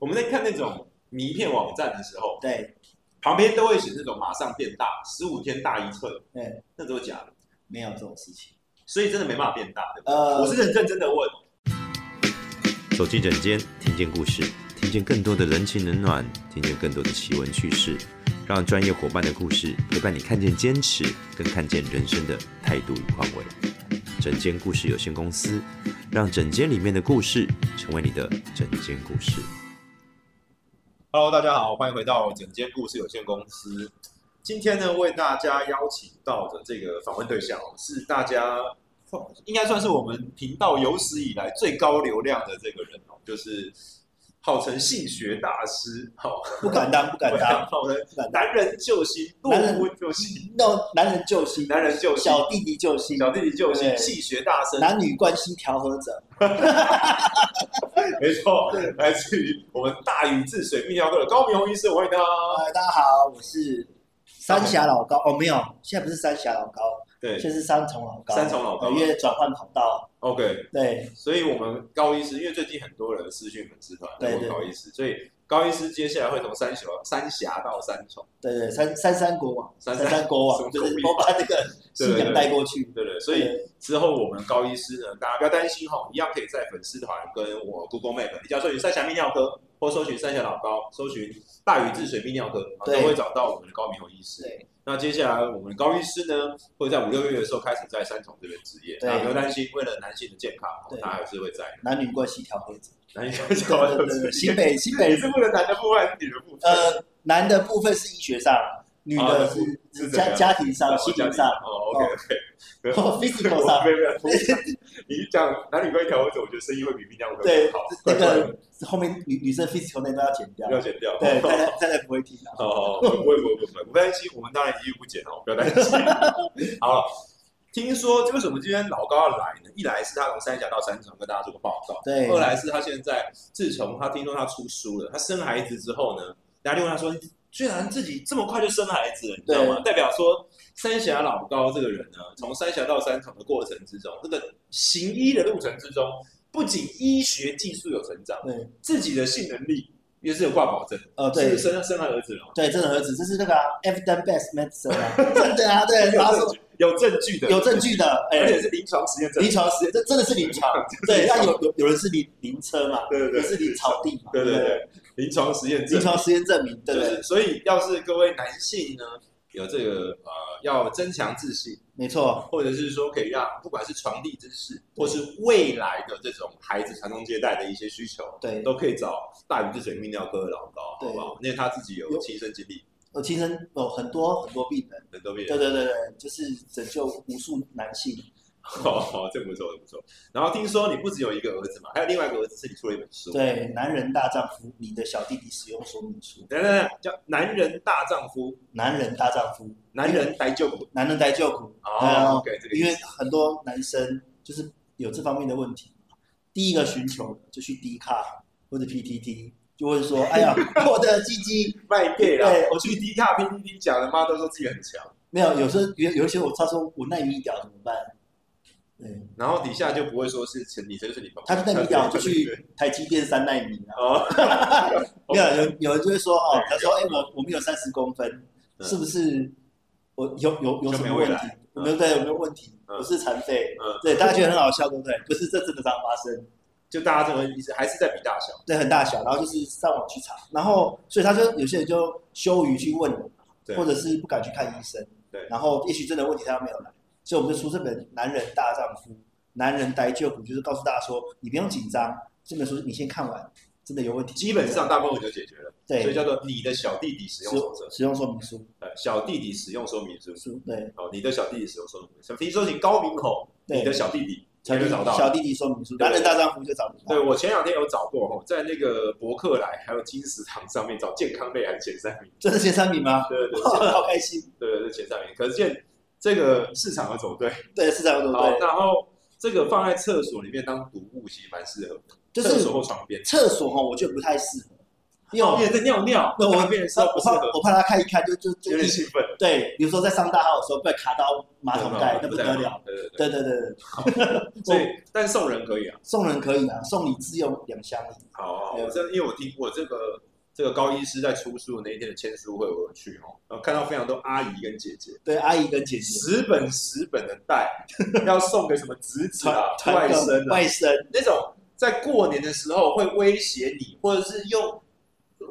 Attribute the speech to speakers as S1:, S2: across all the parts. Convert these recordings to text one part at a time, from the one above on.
S1: 我们在看那种迷片网站的时候，
S2: 对，
S1: 旁边都会写那种马上变大，十五天大一寸，
S2: 对，
S1: 那都是假的，
S2: 没有这种事情。
S1: 所以真的没办法变大，对不对？
S2: 呃
S1: 我是很认真的问，
S3: 走进诊间，听见故事，听见更多的人情冷暖，听见更多的奇闻趣事，让专业伙伴的故事陪伴你看见坚持，跟看见人生的态度与宽慰。诊间故事有限公司，让诊间里面的故事成为你的诊间故事。
S1: Hello，大家好，欢迎回到整间故事有限公司。今天呢，为大家邀请到的这个访问对象哦是大家应该算是我们频道有史以来最高流量的这个人哦，就是号称性学大师，好、
S2: 不敢当，不敢当。
S1: 好的，男人救星，
S2: 男
S1: 懦
S2: 人
S1: 夫救星，
S2: 那男人救星，
S1: 男人救星，
S2: 小弟弟救星，
S1: 小弟弟救星，
S2: 对
S1: 戏学大生，
S2: 男女关系调和者，
S1: 没错，来自于我们大禹治水泌尿科的高明宏医师，我欢迎他。
S2: 呃，大家好，我是三峡老高哦，没有，现在不是三峡老高，
S1: 对
S2: 现在是三重老高，
S1: 三重老高
S2: 呃因为转换跑道，
S1: ，OK，
S2: 对
S1: 所以我们高医师，因为最近很多人私讯粉丝团来
S2: 对
S1: 问
S2: 对
S1: 高医师，所以高医师接下来会从三峡三峡到三重，
S2: 对对，三三三国王，
S1: 三
S2: 三
S1: 三
S2: 三国
S1: 什么
S2: 王，就是我把那个信仰带过去，
S1: 对不对？所以
S2: 对
S1: 之后我们高医师呢，大家不要担心哈，一样可以在粉丝团跟我 Google Map，你只要搜寻三峡泌尿科，或搜寻三峡老高，搜寻大禹治水泌尿科，啊
S2: 对
S1: 都会找到我们的高明宏医师。
S2: 对
S1: 那接下来我们高医师呢，会在五六月的时候开始在三重这边执业，
S2: 对
S1: 那不要担心，为了男性的健康，
S2: 对
S1: 他还是会在
S2: 男女关系调和 者，
S1: 男性的健康
S2: 对对对对，新北新北
S1: 你是不能男的部分还是女的部分？
S2: 呃，男的部分是医学上，女
S1: 啊
S2: 的是
S1: 是怎
S2: 家
S1: 样
S2: 家庭上、
S1: 哦
S2: 呃心
S1: 家
S2: 灵
S1: 庭
S2: 上、
S1: 哦，OK OK，没 有
S2: physical 上
S1: 没，有没有， 你一讲男女关系调和者，我觉得生意会比泌尿科
S2: 对
S1: 好，
S2: 那
S1: 怪怪
S2: 个后面女女生 physical 那段要剪掉
S1: 的，要剪掉，
S2: 对，大家大家不会听到。
S1: 哦，不会不会不会，不担心，我们当然一律不减哦，不要担 心。好了，听说为什么今天老高要来呢？一来是他从三峡到三重跟大家做个报告，
S2: 对
S1: 二来是他现在自从他听说他出书了，他生孩子之后呢，大家就问他说，居然自己这么快就生孩子了，你知道吗？代表说三峡老高这个人呢，从三峡到三重的过程之中，这个行医的路程之中，不仅医学技术有成长，
S2: 对，
S1: 自己的性能力也是有挂保证的。
S2: 呃，
S1: 哦是不
S2: 对
S1: 是生生了儿子了嘛。哦
S2: 对，这种儿子，这是那个啊 evidence based medicine 啊，真的啊，对，然后说
S1: 有证据的，
S2: 有证，据的，
S1: 而
S2: 哎，
S1: 且是临床实验证
S2: 临
S1: 据。
S2: 床实验，这真的是临床， 对，那有有有人是临临车嘛，
S1: 对对对
S2: 有人是临草地嘛，
S1: 对对
S2: 不，
S1: 对，临床实验证
S2: 临
S1: 据。
S2: 床实验证明，对
S1: 就
S2: 对
S1: 是，
S2: 对，
S1: 所以要是各位男性呢，有这个呃，要增强自信，
S2: 没错，
S1: 或者是说可以让不管是传递知识，或是未来的这种孩子传宗接代的一些需求，
S2: 对，
S1: 都可以找大禹治水泌尿科的老高，好
S2: 对
S1: 不好？因为他自己有
S2: 有
S1: 亲身经历，
S2: 我亲身有很多很多病人。
S1: 很多遍。
S2: 对对对对，就是拯救无数男性。
S1: 哦，这不错，这不错。然后听说你不只有一个儿子嘛，还有另外一个儿子是你出了一本书。
S2: 对，男人大丈夫，你的小弟弟使用说明书。
S1: 等等等等，叫《男人大丈夫》，
S2: 男人大丈夫，
S1: 男人来救苦。
S2: 男人该救苦。对啊
S1: 哦，OK，这个意
S2: 因
S1: 思
S2: 为很多男生就是有这方面的问题，第一个寻求的就去 D 卡或者 PTT，就会说：“哎呀，我的鸡鸡
S1: 卖 gay 啦
S2: 对！
S1: 我去 D 卡 PPT 讲的，妈都说自己很强，
S2: 没有。”有时候有有一些我他说我纳米屌怎么办？对，
S1: 然后底下就不会说是陈你，这就是你朋友
S2: 他就纳米屌就 去台积电三纳米啊。
S1: 哦，
S2: 没有，有有人就会说哦，他说哎、我我们有三十公分，
S1: 嗯
S2: 是不是我有有
S1: 就
S2: 有什
S1: 没
S2: 么
S1: 有未
S2: 问
S1: 来
S2: 题？
S1: 嗯
S2: 有没有对有没有问题？
S1: 嗯
S2: 我是残废，
S1: 嗯，
S2: 对，大家觉得很好笑，对不对？不是，这真的常发生，
S1: 就大家这么意思，还是在比大小，
S2: 对，很大小，然后就是上网去查，然后所以他就有些人就羞于去问我
S1: 对，
S2: 或者是不敢去看医生，
S1: 对
S2: 然后也许真的问题他没有来，所以我们就出这本《男人大丈夫》，男人呆救苦，就是告诉大家说，你不用紧张，这本书你先看完，真的有问题，
S1: 基本上大部分就解决了，所以
S2: 对，
S1: 叫做你的小弟弟使用手册，
S2: 使用说明书，
S1: 呃，小弟弟使用说明书，
S2: 书对。
S1: 哦，你的小弟弟使用说明书，比如说你高明口，
S2: 对
S1: 你的小弟弟
S2: 小
S1: 才
S2: 弟
S1: 能找到。
S2: 小弟弟说明书，
S1: 对
S2: 男人大丈夫就找不
S1: 对，
S2: 到。
S1: 我前两天有找过哦，在那个博客来还有金石堂上面找健康类还是前三名，
S2: 这是前三名 吗？
S1: 对对对，
S2: 好开心。
S1: 对对对，前三名。可见这个市场的走对，
S2: 对，是这样
S1: 好，
S2: 对，
S1: 然后这个放在厕所里面当读物，其实蛮适合，
S2: 就
S1: 厕
S2: 是
S1: 所或哦床边，
S2: 厕所哈，我觉得不太适合，因为
S1: 后
S2: 我
S1: 面在尿尿，
S2: 那我啊
S1: 大便的时
S2: 我
S1: 候不适
S2: 怕
S1: 合，
S2: 我怕他看一看就就就
S1: 有点兴奋，
S2: 对，比如说在上大号的时候被卡到马啊桶盖，那
S1: 不
S2: 不
S1: 太
S2: 得
S1: 好
S2: 了。。
S1: 对对对，
S2: 对对对对，
S1: 所以但送人可以啊。
S2: 送人可以啊，送礼自用两箱礼。
S1: 好好，好
S2: 对啊
S1: 我真的因为我听过这个这个高医师在出书的那一天的签书会，我有去哦，然后看到非常多阿姨跟姐姐。
S2: 对，阿姨跟姐姐
S1: 十本十本的带， 要送给什么侄子啊、外
S2: 个
S1: 甥啊，
S2: 外甥，
S1: 那种在过年的时候会威胁你，或者是用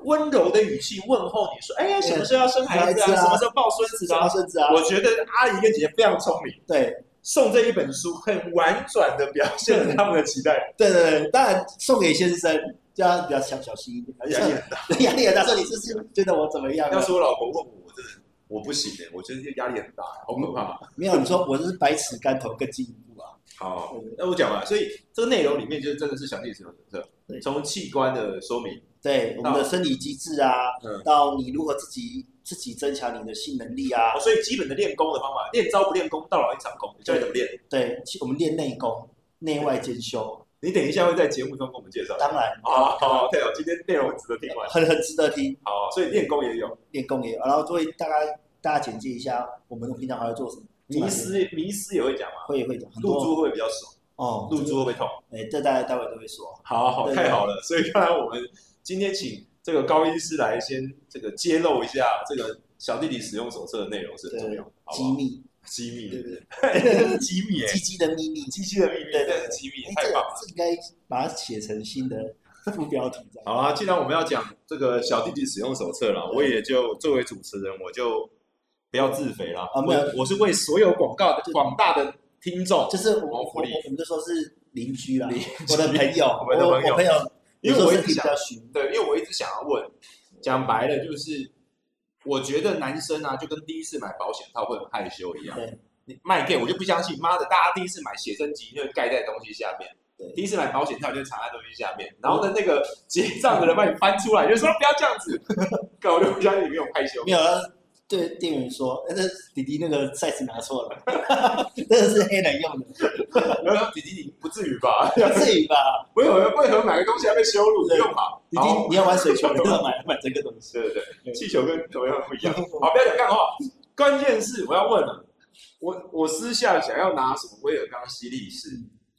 S1: 温柔的语气问候你说：“哎呀，什么时候要生孩子啊？
S2: 孩子啊
S1: 什么时候抱孙子
S2: 然
S1: 啊
S2: 后孙子啊？”，
S1: 我觉得阿姨跟姐姐非常聪明，
S2: 对
S1: 送这一本书很婉转的表现了他们的期 待，
S2: 对对对，当然送给先生，就要比较小小心一点，
S1: 压力很大。
S2: 力压力很大，说你是不是觉得我怎么样啊？
S1: 要是我老婆问我，我真的我不行的，我觉得这压力很大，好可怕。
S2: 没有，你说我是白尺竿头更进一步啊？
S1: 好，那我讲完，所以这个内容里面就真的是详细有这
S2: 对
S1: 从器官的说明，
S2: 对，我们的生理机制啊，
S1: 嗯，
S2: 到你如何自己自己增强你的性能力啊
S1: 哦，，所以基本的练功的方法，练招不练功，到老一场空。你教你怎么练，
S2: 对，其我们练内功，内外兼修，
S1: 你等一下会在节目中跟我们介绍。
S2: 当然
S1: 好好，对哦，今天内容很值得听完。
S2: 很很值得听，
S1: 好，所以练功也有
S2: 练功也有，然后就会大概大家简介一下我们平常还会做什么，
S1: 迷失，迷失也会讲嘛。
S2: 会会讲很
S1: 露
S2: 多
S1: 珠会比较熟，
S2: 哦，
S1: 露珠会不会痛？
S2: 哎，这大家待会都会说，
S1: 好好，
S2: 对
S1: 太好了。所以看来我们今天请这个高医师来先这个揭露一下这个小弟弟使用手册的内容是很重要的，好不
S2: 机
S1: 好？
S2: 密，
S1: 机密，
S2: 对对，
S1: 这是 机密耶，
S2: 鸡鸡的秘密，
S1: 机器的秘密，
S2: 对对
S1: 这是机密，
S2: 哎，
S1: 太
S2: 这
S1: 棒
S2: 个
S1: 了。
S2: 这应该把它写成新的副标题 这样，
S1: 好啊，既然我们要讲这个小弟弟使用手册了，我也就作为主持人，我就不要自肥了。
S2: 啊没有
S1: 我我是为所有广告的
S2: 就
S1: 广大的听众，
S2: 就是我
S1: 王
S2: 我
S1: 福
S2: 我
S1: 利
S2: 我们就说是邻居啦，
S1: 邻
S2: 我的朋友，
S1: 我们的
S2: 我
S1: 朋友
S2: 我朋友，
S1: 因为
S2: 有时候
S1: 我一
S2: 身体
S1: 直
S2: 比
S1: 想
S2: 较虚，
S1: 对，因为我一直想要问，讲白了就是，我觉得男生啊，就跟第一次买保险套会很害羞一样
S2: 对。
S1: 你卖给我就不相信，妈的，大家第一次买写真集就盖在东西下面
S2: 对，
S1: 第一次买保险套就藏在东西下面，然后呢，那个结账的人把你翻出来，就说不要这样子， 搞得我就不相信你没有害羞。
S2: 没有，啊对店员说，哎，那弟弟那个 size 拿错了， 这个是黑人用的，
S1: 然
S2: 呃
S1: 后说：“弟弟，你不至于吧？
S2: 不至于吧？
S1: 为何为何买个东西还被羞辱？
S2: 对
S1: 用吧。
S2: 弟
S1: 好
S2: 弟，你要玩水球，你要买 买这个东西。
S1: 对对对，
S2: 对
S1: 气球跟球样不一样。好，不要讲干话，关键是我要问了，我我私下想要拿什么威尔刚犀利士，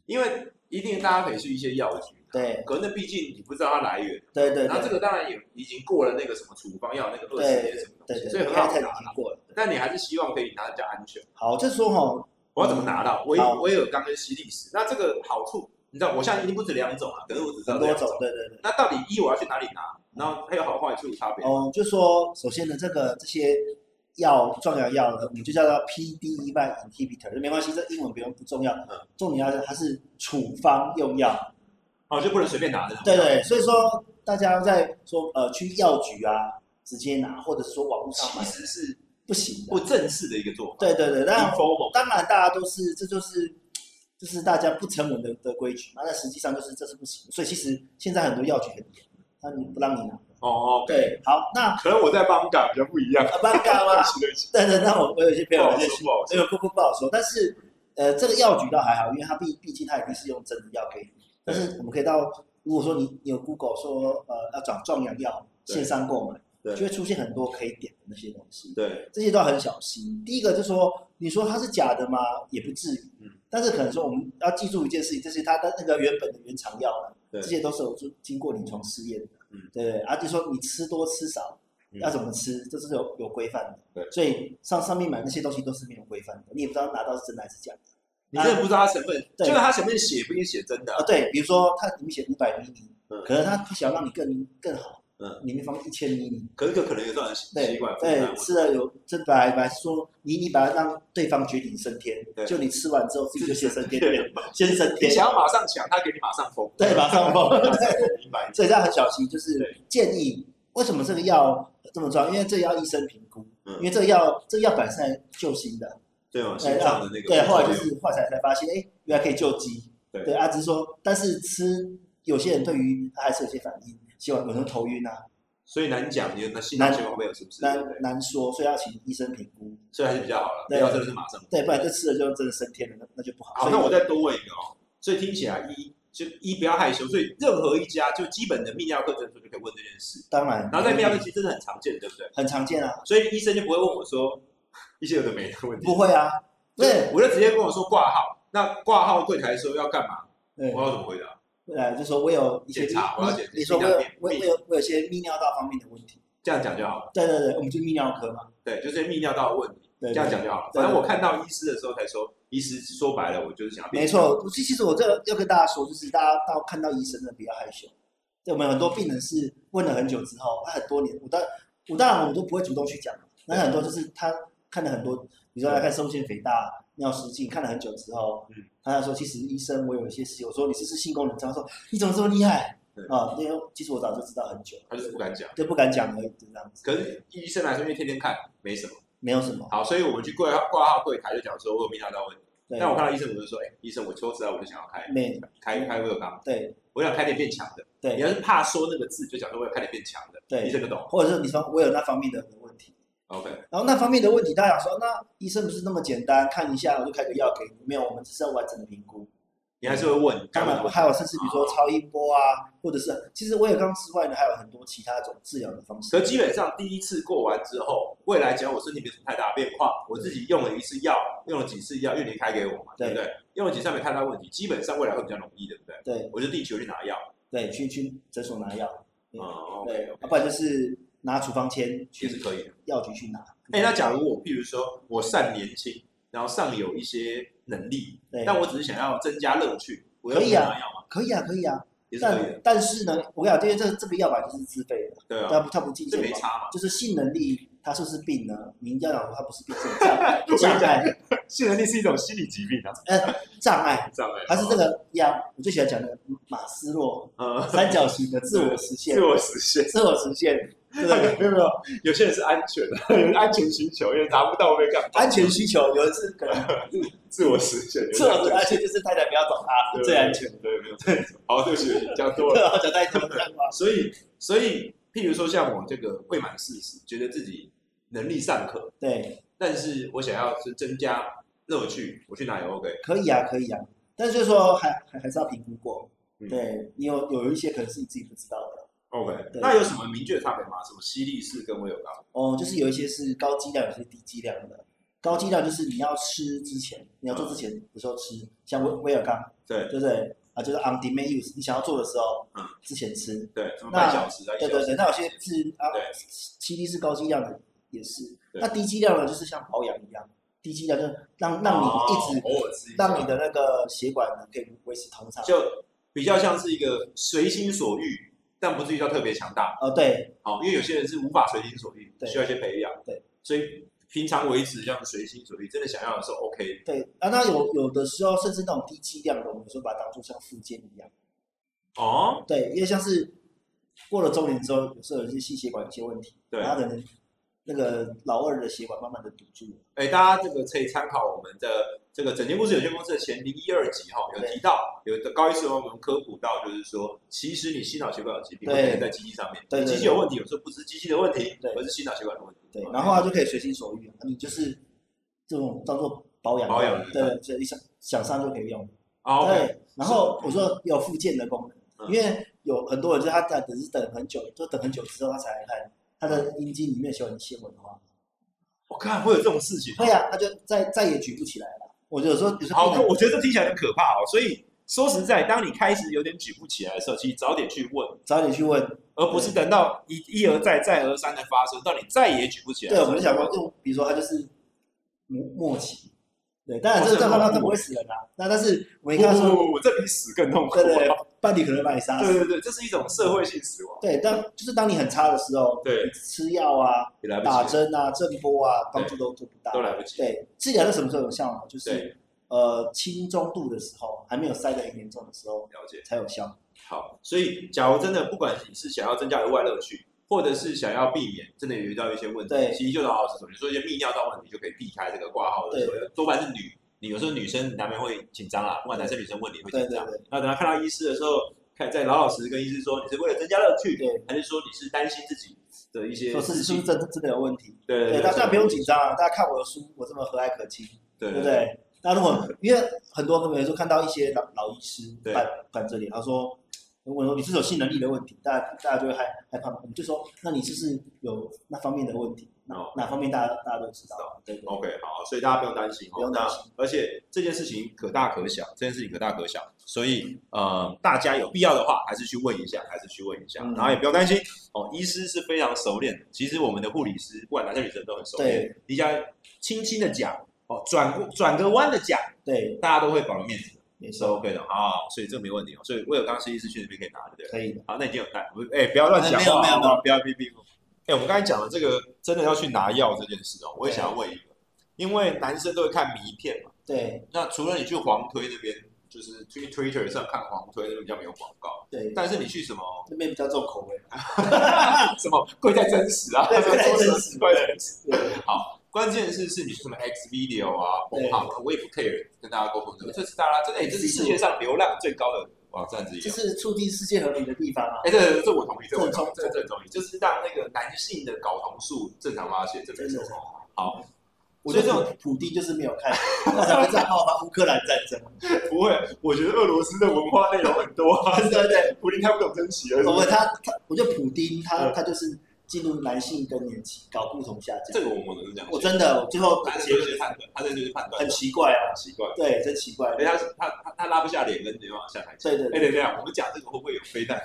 S1: 因为一定大家可以去一些药局拿，
S2: 对
S1: 可那毕竟你不知道它来源，
S2: 对对
S1: 然后这
S2: 对
S1: 个当然也已经过了那个什么处方药那个二十年什么东
S2: 对
S1: 西，
S2: 对，
S1: 所以很
S2: 刚
S1: 好
S2: 才已
S1: 拿
S2: 经
S1: 啦。
S2: 过了。
S1: 但你还是希望可以拿得比较安全。
S2: 好，这说哈，
S1: 我要怎么拿到威
S2: 好
S1: 威尔刚跟犀利士？那这个好处，你知道，我现在已经不止两种啊了，可是我只知道
S2: 很
S1: 这
S2: 多
S1: 两
S2: 种，对对对。
S1: 那到底一我要去哪里拿？然后还有好坏处差别。
S2: 哦，就说首先呢，这个这些药壮阳药呢，我们就叫它 PD 1 1 inhibitor，没关系，这英文不用不重要，
S1: 嗯
S2: 重点要是它是处方用药。
S1: 哦，就不能随便拿的。
S2: 对对，所以说大家在说呃去药局啊直接拿，或者是说网络上
S1: 其
S2: 买
S1: 实是
S2: 不行的。
S1: 不嗯正式的一个做法。
S2: 对对对，那
S1: informal
S2: 当然大家都是这就是就是大家不成文的的规矩嘛，那实际上就是这是不行的，所以其实现在很多药局很严，他你不让你拿。
S1: 哦，
S2: 对，好，那
S1: 可能我在邦港比较不一样。
S2: 啊， 尴尬吗？
S1: 对不起
S2: 对对，那我我有些朋
S1: 不
S2: 友
S1: 好
S2: 有些
S1: 说，不好说。
S2: 这个不不不好说，但是呃，这个药局倒还好，因为它毕毕竟它一定是用真的药给你，但是我们可以到，如果说你你有 Google 说呃要找壮阳药
S1: 对
S2: 线上购买，
S1: 对
S2: 就会出现很多可以点的那些东西，
S1: 对，
S2: 这些都要很小心。第一个就说，你说它是假的吗？也不至于
S1: 嗯，
S2: 但是可能说我们要记住一件事情，就是它的那个原本的原厂药呢，
S1: 对
S2: 这些都是有经经过临床试验的
S1: 嗯，
S2: 对不对？啊，就说你吃多吃少，
S1: 嗯
S2: 要怎么吃，这是有有规范的。
S1: 对
S2: 所以上上面买那些东西都是没有规范的，你也不知道拿到是真的还是假的。
S1: 你真的不知道它成分，就
S2: 对
S1: 算它前面写，不一定写真的
S2: 啊，。对，比如说它里面写五百 ml，
S1: 嗯
S2: 可能它不想让你更更好，
S1: 嗯
S2: 里面放一千 ml，
S1: 可是这可能有这种人习
S2: 对
S1: 惯，不然
S2: 对，吃了有这本来本来说你你把它让对方绝顶升天
S1: 对，
S2: 就你吃完之后自己就先升天，
S1: 对
S2: 对，先升
S1: 你
S2: 天，
S1: 想要马上抢，他给你马上封。
S2: 对，马 上爆。
S1: 明白。
S2: 所以这样很小心，就是
S1: 对
S2: 建议为什么这个药这么重要？因为这个要医生评估，
S1: 嗯
S2: 因为这个药这个药本身救心的，
S1: 对哦，心
S2: 对
S1: 脏的那个。
S2: 对，后来就是后来才才发现，哎，原来可以救鸡。
S1: 对
S2: 对，啊，只是说，但是吃有些人对于他还是有些反应，希望有人头晕啊，
S1: 所以难讲，你那心脏血管会不会有是不是？对
S2: 难
S1: 不对
S2: 难说，所以要请医生评估。
S1: 所以还是比较好了，不
S2: 对
S1: 要真的是马上。
S2: 对，不然这吃了就真的升天了，那那就不好。
S1: 好，
S2: 所以
S1: 那我再多问一个哦。所以听起来一就一不要害羞，所以任何一家就基本的泌尿科诊所就可以问这件事。
S2: 当然，
S1: 然后在泌尿科其实真的很常见，对不对？
S2: 很常见啊，
S1: 所以医生就不会问我说一些有的没的问题。
S2: 不，会 啊，对，
S1: 我就直接跟我说挂号。那挂号柜台说要干嘛？
S2: 对，
S1: 我要怎么回答？
S2: 呃，就说我有一些
S1: 检查我要检
S2: 你说我
S1: 泌尿
S2: 有
S1: 病
S2: 我我有我有些泌尿道方面的问题，
S1: 这样讲就好了。
S2: 对对对，我们就泌尿科嘛，
S1: 对，就是泌尿道的问题，
S2: 对，
S1: 这
S2: 对
S1: 样讲就好了。
S2: 对
S1: 反正我看到医师的时候才说，医师说白了，我就是想要变
S2: 没错，我其其实我这个要跟大家说，就是大家到看到医生真的不要害羞。对，我们很多病人是问了很久之后，他很多年，我当我当然我们都不会主动去讲，那很多就是他看了很多，比如说他看收腺肥大、尿失禁，看了很久之后，
S1: 嗯
S2: 他就说其实医生我有一些事，我说你是不是性功能障碍，他说你怎么这么厉害
S1: 对
S2: 啊？因为其实我早就知道很久，
S1: 他就是不敢讲。
S2: 就不敢讲而已，就这样子，
S1: 可是医生来说，因为天天看，没什么。
S2: 没有什么。
S1: 好，所以我们去挂号挂号柜台就讲说，我有泌尿道问题。
S2: 对，
S1: 那我看到医生，我就说，哎，医生，我抽脂啊，我就想要开
S2: 没
S1: 开开胃有肛，
S2: 对
S1: 我想开点变强的。你要
S2: 对
S1: 是怕说那个字，就讲说我要开点变强的，医
S2: 对，
S1: 生就懂。
S2: 或者是你说我有那方面的问题。
S1: OK，
S2: 然后那方面的问题，大家想说，那医生不是那么简单，看一下我就开个药给你？没有，我们只是要完整的评估。
S1: 你还是会问，
S2: 当然，还有甚至比如说超音波啊，或者是其实我也刚之外呢，还有很多其他种治疗的方
S1: 可
S2: 式。
S1: 基本上第一次过完之后，未来只要我身体没什么太大的变化，我自己用了一次药，用了几次药，因为你开给我嘛，对
S2: 对
S1: 不对？用了几次药没太大问题，基本上未来会比较容易，对不对？
S2: 对
S1: 我就立即我去拿药。
S2: 对，去去诊所拿药，对
S1: 哦，
S2: 嗯对，要不然嗯就是拿处方签
S1: 其实
S2: 去
S1: 可以的。
S2: 药局去拿。
S1: 哎，那假如我譬如说我善年轻，然后上有一些能力，
S2: 对，
S1: 但我只是想要增加乐趣，我要
S2: 哎可以啊
S1: 拿药嘛，
S2: 可以啊，可以啊，
S1: 也是可以的，
S2: 但但是呢，我跟你讲，因为这这个药吧就是自费的，
S1: 对啊，
S2: 它不它不进
S1: 这
S2: 健
S1: 没
S2: 保，
S1: 差嘛。
S2: 就是性能力它是不是病呢？你要讲它不是病，是 障碍障碍，呃
S1: 性能力是一种心理疾病啊，哎
S2: 障碍。
S1: 障碍
S2: 他是这个样，我最喜欢讲的马斯洛
S1: 呃
S2: 三角形的自我实 现
S1: 自，我实现。
S2: 自我实现，
S1: 那
S2: 对对
S1: 个没有没有，有些人是安全的， 有人安全需求，有人达不到会被干嘛？
S2: 安全需求，有的是可能
S1: 自我实现，
S2: 自我实现，而且就是太太不要找他， 是最安全。
S1: 的，对，没有错。好，对不起，对不起讲多
S2: 对
S1: 了。
S2: 啊，讲太多了嘛。
S1: 所以，所以，譬如说，像我这个未满四十，觉得自己能力尚可，
S2: 对，
S1: 但是我想要是增加乐趣，我去哪里 OK？
S2: 可以啊，可以啊，但是就是说还还还是要评估过。
S1: 嗯
S2: 对你有有一些可能是你自己不知道的
S1: OK，
S2: 对
S1: 那有什么明确的差别吗？什么犀利式跟我有高？
S2: 哦，就是有一些是高剂量，有些低剂量的。高剂量就是你要吃之前，你要做之前的时候吃，像威威尔刚，
S1: 对
S2: 对不对？啊，就是 on demand use，你想要做的时候，
S1: 嗯，
S2: 之前吃，
S1: 对，什么
S2: 那
S1: 半小时啊，一
S2: 对
S1: 小
S2: 对
S1: 时
S2: 对，那有些是啊
S1: 对，
S2: 七 D 是高剂量的，也是。
S1: 对
S2: 那低剂量的，就是像保养一样，低剂量就是让让你
S1: 哦
S2: 一直、
S1: 偶尔吃一下，
S2: 让你的那个血管呢可以维持通畅。
S1: 就比较像是一个随心所欲，但不至于到特别强大。
S2: 呃，对
S1: 好，因为有些人是无法随心所欲，
S2: 对
S1: 需要一些培养。
S2: 对，
S1: 所以平常维持这样的随心所欲，真的想要的时候 OK
S2: 对啊，那有有的时候甚至那种低剂量的，我们有时候把它当做像附件一样。
S1: 哦。
S2: 对，因为像是过了中年之后，有时候有一些心血管有些问题，
S1: 对
S2: 然后可能那个老二的血管慢慢的堵住了。
S1: 哎，大家这个可以参考我们的这个整间故事有限公司的前零一二集哈，有
S2: 对
S1: 提到有的高医师帮我们科普到，就是说其实你心脑血管有疾病，
S2: 对
S1: 会反映在机器上面，
S2: 对对
S1: 你
S2: 对
S1: 机器有问题，有时候不是机器的问题，
S2: 对
S1: 而是心脑血管的问题。
S2: 对，
S1: OK
S2: 然后它就可以随心所欲，你就是这种当做保养
S1: 保养
S2: 对，所以你想想上就可以用。
S1: 好，OK，
S2: 对，然后我说有附件的功能，
S1: 嗯
S2: 因为有很多人就是他在等是等很久，就等很久之后他才来看他的阴茎里面有纤维的话，
S1: 我看会有这种事情，
S2: 对呀、他就再再也举不起来了。我就有时候有时
S1: 好
S2: 候病人，
S1: 我觉得这听起来很可怕哦。所以说实在，当你开始有点举不起来的时候，其实早点去问，
S2: 早点去问，
S1: 而不是等到一一而再、再而三的发生，到你再也举不起来。
S2: 对，我们就想说，用比如说他就是末末期，对，当然这
S1: 哦
S2: 个
S1: 这
S2: 状
S1: 很
S2: 况
S1: 恐怖
S2: 他他不会死人啊，那但是
S1: 不
S2: 我们跟他
S1: 不不
S2: 说，
S1: 不，哦这比死更痛苦。
S2: 对对，伴侣可能把你杀
S1: 对
S2: 死，
S1: 对对这是一种社会性死亡。
S2: 对，当就是当你很差的时候，
S1: 对，
S2: 吃药啊、
S1: 也来
S2: 打
S1: 不及，
S2: 针啊、震波啊，帮助都做不到
S1: 都。来不及。
S2: 对，治疗是什么时候有效呢？就
S1: 对
S2: 是呃轻中度的时候，还没有塞得很严重的时候
S1: 了解。
S2: 才有效。
S1: 好，所以假如真的不管你是想要增加额外乐趣，或者是想要避免真的有遇到一些问题，
S2: 对
S1: 其实就老老实实，你说一些泌尿道问题就可以避开这个挂号的时候，多半是女，你有时候女生难免会紧张啊啦，不管男生女生问你会
S2: 对
S1: 紧
S2: 对
S1: 张。
S2: 对
S1: 那等他看到医师的时候，看再老老实实跟医师说，你是为了增加乐趣，
S2: 对，
S1: 还是说你是担心自己的一些
S2: 说
S1: 事
S2: 是是不
S1: 情
S2: 是？真真的有问题？
S1: 对
S2: 对，
S1: 对，
S2: 大家不用紧张啊，大家看我的书，我这么和蔼可亲，
S1: 对
S2: 对不
S1: 对
S2: 对？那如果因为很多朋友就看到一些老老医师
S1: 对
S2: 板板着脸，他说。如果说你是有性能力的问题，大家大家就会害害怕嘛。我们就说，那你是不是有那方面的问题？那
S1: 哦
S2: 哪方面大家大家都知道，对对
S1: OK，好，所以大家不用担心
S2: 不
S1: 哦
S2: 用。
S1: 那
S2: 担心
S1: 而且这件事情可大可小，这件事情可大可小，所以呃，大家有必要的话还是去问一下，还是去问一下，
S2: 嗯
S1: 然后也不要担心哦。医师是非常熟练的，其实我们的护理师，不管男生女生都很熟练
S2: 对，
S1: 人家轻轻的讲哦，转过转个弯的讲，
S2: 对，
S1: 大家都会保留面子的，
S2: 没
S1: 是
S2: 错，
S1: OK 的啊、所以这没问题哦。所以威尔刚是医师去那边可以拿，对不对？
S2: 可以的，
S1: 好，那已经有带，不是哎、不要乱讲
S2: 没有
S1: 话
S2: 没有
S1: 好不好不要批评我。哎、我们刚才讲的这个，真的要去拿药这件事哦，我也想要问一个，因为男生都会看迷片嘛，
S2: 对
S1: 那除了你去黄推那边，就是去 Twitter 上看黄推那边比较没有广告，
S2: 对，
S1: 但是你去什么
S2: 那边比较重口味，
S1: 什么贵在真实啊，
S2: 对贵在
S1: 什么
S2: 真实
S1: 真实，贵在真实。
S2: 对
S1: 好，关键是是你去什么 X Video 啊，
S2: 对
S1: 好，我也不 care 跟大家沟通这个，这是大家真的，哎、这是世界上流量最高的网站之一
S2: 这
S1: 哦。
S2: 是促进世界和平的地方啊，
S1: 哎，这这我同意，这我
S2: 这
S1: 同意
S2: 种，
S1: 这这同意，就是让那个男性的睾酮素正常发泄，这没
S2: 真
S1: 错
S2: 的。是。
S1: 好，我
S2: 我
S1: 觉得这
S2: 觉得这
S1: 种
S2: 种普丁就是没有看，他才会在爆发乌克兰战争。
S1: 不会，我觉得俄罗斯的文化内容很多 啊，对不对？普林太不懂珍惜
S2: 我
S1: 了。
S2: 们他他，我觉得普丁他
S1: 嗯
S2: 他就是进入男性更年期，搞不同下降。
S1: 这个我们能讲，
S2: 我真的，我最后
S1: 他这
S2: 结
S1: 就是
S2: 论
S1: 判断，他这就是判断，
S2: 很奇怪啊，
S1: 很奇怪。
S2: 对，真奇怪。
S1: 哎，他是他他他拉不下脸，跟没办法下台阶。
S2: 对对
S1: 哎，
S2: 对，
S1: 等一下，我们讲这个会不会有飞弹，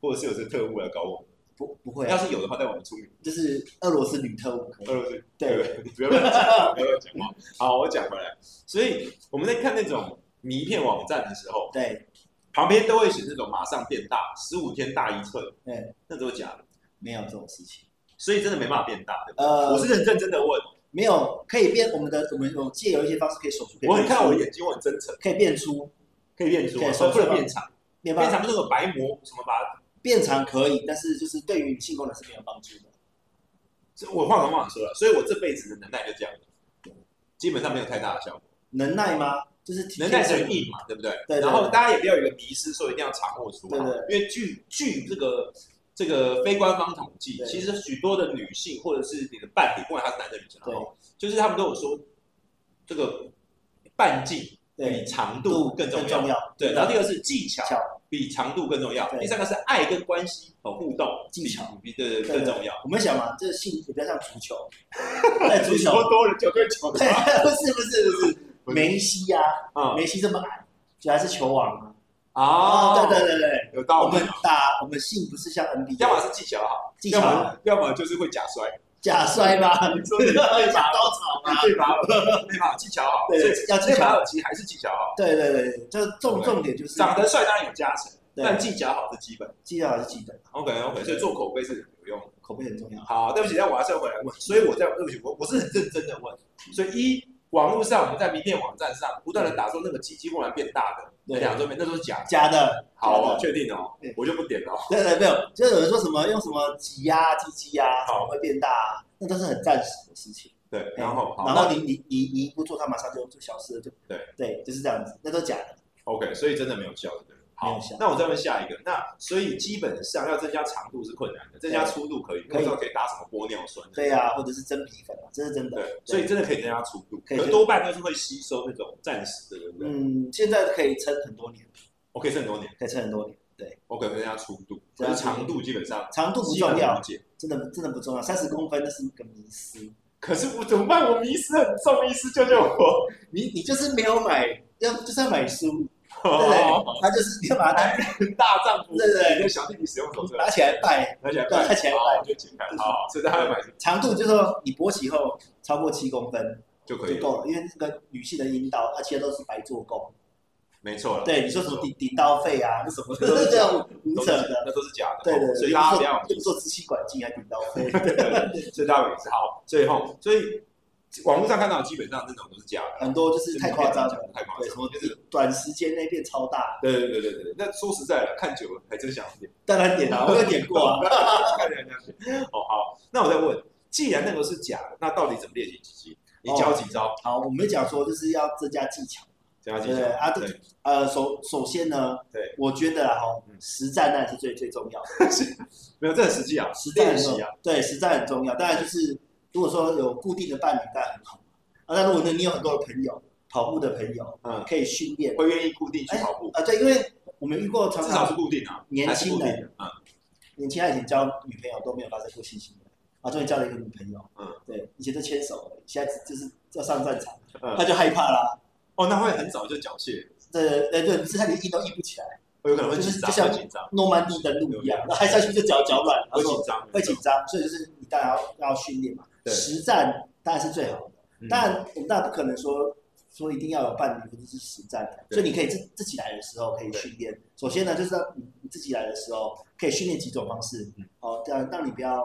S1: 或者是有这特务来搞我？
S2: 不不会
S1: 要
S2: 啊，
S1: 是有嗯的话，带我们出名。
S2: 就是俄罗斯女特务可以
S1: 俄罗斯
S2: 对，
S1: 你不要乱讲，不要乱讲话。好，我讲回来。所以我们在看那种迷片网站的时候，
S2: 对
S1: 旁边都会写那种马上变大，十五天大一寸，
S2: 对，
S1: 那都是假的，
S2: 没有这种事情。
S1: 所以真的没办法变大的。
S2: 呃
S1: 我，是很认真的问，
S2: 没有可以变我们的，我们有借由一些方式可以手术，可以
S1: 我很
S2: 变
S1: 看我
S2: 粗
S1: 的眼睛，我很真诚，
S2: 可以变粗，
S1: 可以变粗
S2: 可
S1: 啊，
S2: 以
S1: 所以不
S2: 说出
S1: 能
S2: 来
S1: 变长，
S2: 变
S1: 变
S2: 吧，
S1: 长就是有白膜什么把它，
S2: 变长可以，但是就是对于性功能是没有帮助的。
S1: 这我话长话短说了，所以我这辈子的能耐就这样，基本上没有太大的效果，
S2: 能耐吗？就是体
S1: 能耐
S2: 现
S1: 是
S2: 出
S1: 硬嘛，对不对？
S2: 对对
S1: 然后大家也不要有一个迷失，说一定要长或粗嘛，
S2: 对
S1: 啊因为据据这个。这个非官方统计，
S2: 对
S1: 其实许多的女性或者是你的伴侣，不管他是男的女生，
S2: 对
S1: 哦就是他们都有说，这个半径比
S2: 对
S1: 长度更重
S2: 更
S1: 要。
S2: 重要。
S1: 对，然后第二个是技巧
S2: 巧
S1: 比长度更重要，
S2: 对
S1: 第三个是爱跟关系和互动
S2: 技巧
S1: 比比对对
S2: 对
S1: 更重要。
S2: 我们想嘛，这个性比较像足球，在足球，
S1: 多了九对九
S2: 对， 不是不是
S1: 不
S2: 不
S1: 是
S2: 是，梅西呀，
S1: 啊
S2: 梅西这么矮，主要是球王啊。
S1: 啊，
S2: 对对对对，
S1: 有
S2: 我
S1: 道理
S2: 们。打我们性不是像
S1: 哦要么
S2: NBA
S1: 是技巧好，
S2: 技
S1: 要
S2: 巧
S1: 么要么就是会假摔，
S2: 假摔吧，
S1: 你说
S2: 对
S1: 你
S2: 吧？假高潮嘛，
S1: 对吧？对吧？啊技巧好，
S2: 啊对
S1: 所以
S2: 要技巧
S1: 内马尔其实还是技巧好，
S2: 对对对，对就是重
S1: 对
S2: 重点就是
S1: 长得帅当然有加成，
S2: 对
S1: 但技巧好是基本。
S2: 技巧还是基本，
S1: OK OK，所以做口碑是有用的。
S2: 口碑很重要。
S1: 好，对不起，但我还是要回来问。所以我在对不起，我我是很认真的问。所以一网络上我们在迷片网站上不断的打说那个鸡鸡忽然变大的，那
S2: 对
S1: 两周没，那都是假的。
S2: 假的，
S1: 好，我
S2: 假的
S1: 确定哦
S2: 对，
S1: 我就不点了哦。
S2: 对对没有，就有人说什么用什么挤压、鸡鸡呀，什
S1: 好
S2: 么会变大啊，那都是很暂时的事情。
S1: 对，
S2: 哎
S1: 然后好，
S2: 然
S1: 那
S2: 后你你你你不做，它马上就就消失了，就
S1: 对
S2: 对，就是这样子，那都假的。
S1: OK，所以真的没有效的。对
S2: 没
S1: 好
S2: 有效，
S1: 那我再问下一个。那所以基本上要增加长度是困难的，增加粗度可以，那
S2: 可以
S1: 时候可以打什么玻尿酸？
S2: 对呀、或者是真皮粉啊，这是真的。
S1: 对，所以真的可以增加粗度，
S2: 可以
S1: 可多半都是会吸收那种暂时的，对不对
S2: 嗯，现在可以撑很多年，
S1: ？OK，这很多年
S2: 可以撑很多年。对，
S1: ，OK 增加粗度，
S2: 增
S1: 但
S2: 加
S1: 是长度基本上
S2: 长度不
S1: 基本
S2: 重
S1: 了
S2: 要，
S1: 解。
S2: 真的真的不重要。三十公分那是个迷思，
S1: 可是我怎么办？我迷失很重，医师救救我！
S2: 你你就是没有买，要就是要买书，对不
S1: 哦，哎
S2: 对？他就是你要把它
S1: 男人大丈夫，
S2: 对对对
S1: 你的小弟弟使用手册，
S2: 拿起来拜，
S1: 拿起来
S2: 对拿起来
S1: 好我就解开，好，所以他会买
S2: 长度就是说你勃起后超过七公分
S1: 就可以
S2: 就
S1: 了，
S2: 够了，因为那个女性的阴道它其实都是白做工。
S1: 没错了。
S2: 对，你说什么顶顶刀肺啊，那什么
S1: 这
S2: 这
S1: 都是
S2: 这种
S1: 都
S2: 胡
S1: 是
S2: 扯的。
S1: 那都是假的，
S2: 对对对，
S1: 所以大家不要
S2: 就，做支气管镜还顶刀肺。
S1: 对对对所以大家也是好，所以吼，所以网络上看到的基本上那种都是假的，
S2: 很多就是太夸张了，，
S1: 太夸
S2: 对，
S1: 张
S2: 什
S1: 了，
S2: 么
S1: 就是
S2: 短时间内变超大，
S1: 对对对对对对。那说实在的，看久了还真想点。
S2: 当然点啊，我有点 过啊，
S1: 看起来像是 哦，好，那我再问，既然那个是假的，那到底怎么练习鸡鸡？你教几招？
S2: 好，我们讲说就是要增加技巧，
S1: 教几
S2: 对不
S1: 招
S2: 对啊？
S1: 对
S2: 对，呃，首首先呢，
S1: 对，
S2: 我觉得啊，哈
S1: 嗯，
S2: 实战那是最最重要的，
S1: 没有，这很实际啊，
S2: 实战
S1: 练
S2: 很重
S1: 习啊，
S2: 要，对，实战很重要。当然就是如果说有固定的伴侣，当然很好啊。那如果呢，你有很多的朋友，跑步的朋友，
S1: 嗯，
S2: 可以训练
S1: 会愿意固定去跑步，
S2: 啊，对，因为我们遇过常
S1: 至少
S2: 常
S1: 是固定啊，
S2: 哎年轻
S1: 还是固定
S2: 人
S1: 的，嗯，
S2: 年轻爱情交女朋友都没有发生过性行为，啊，终于交了一个女朋友，
S1: 嗯，
S2: 对，以前就牵手而已，现在就是要上战场，
S1: 嗯
S2: 他就害怕啦，
S1: 哦，那会很早就缴械，
S2: 对，哎对，是他连硬都硬不起来，
S1: 我有可能会
S2: 就
S1: 紧
S2: 是
S1: 张，
S2: 就像
S1: 会紧张，
S2: 诺曼底登陆一样，那嗨下去就脚脚软，然
S1: 会
S2: 后
S1: 紧张，
S2: 会紧张，所以就是你当然要要训练嘛，
S1: 对
S2: 实战当然是最好的。
S1: 嗯
S2: 当然，我们当然不可能说说一定要有伴侣或者是实战的，
S1: 对
S2: 所以你可以自自己来的时候可以训练。首先呢，就是让你你自己来的时候可以训练几种方式
S1: 嗯，
S2: 哦，让让你不要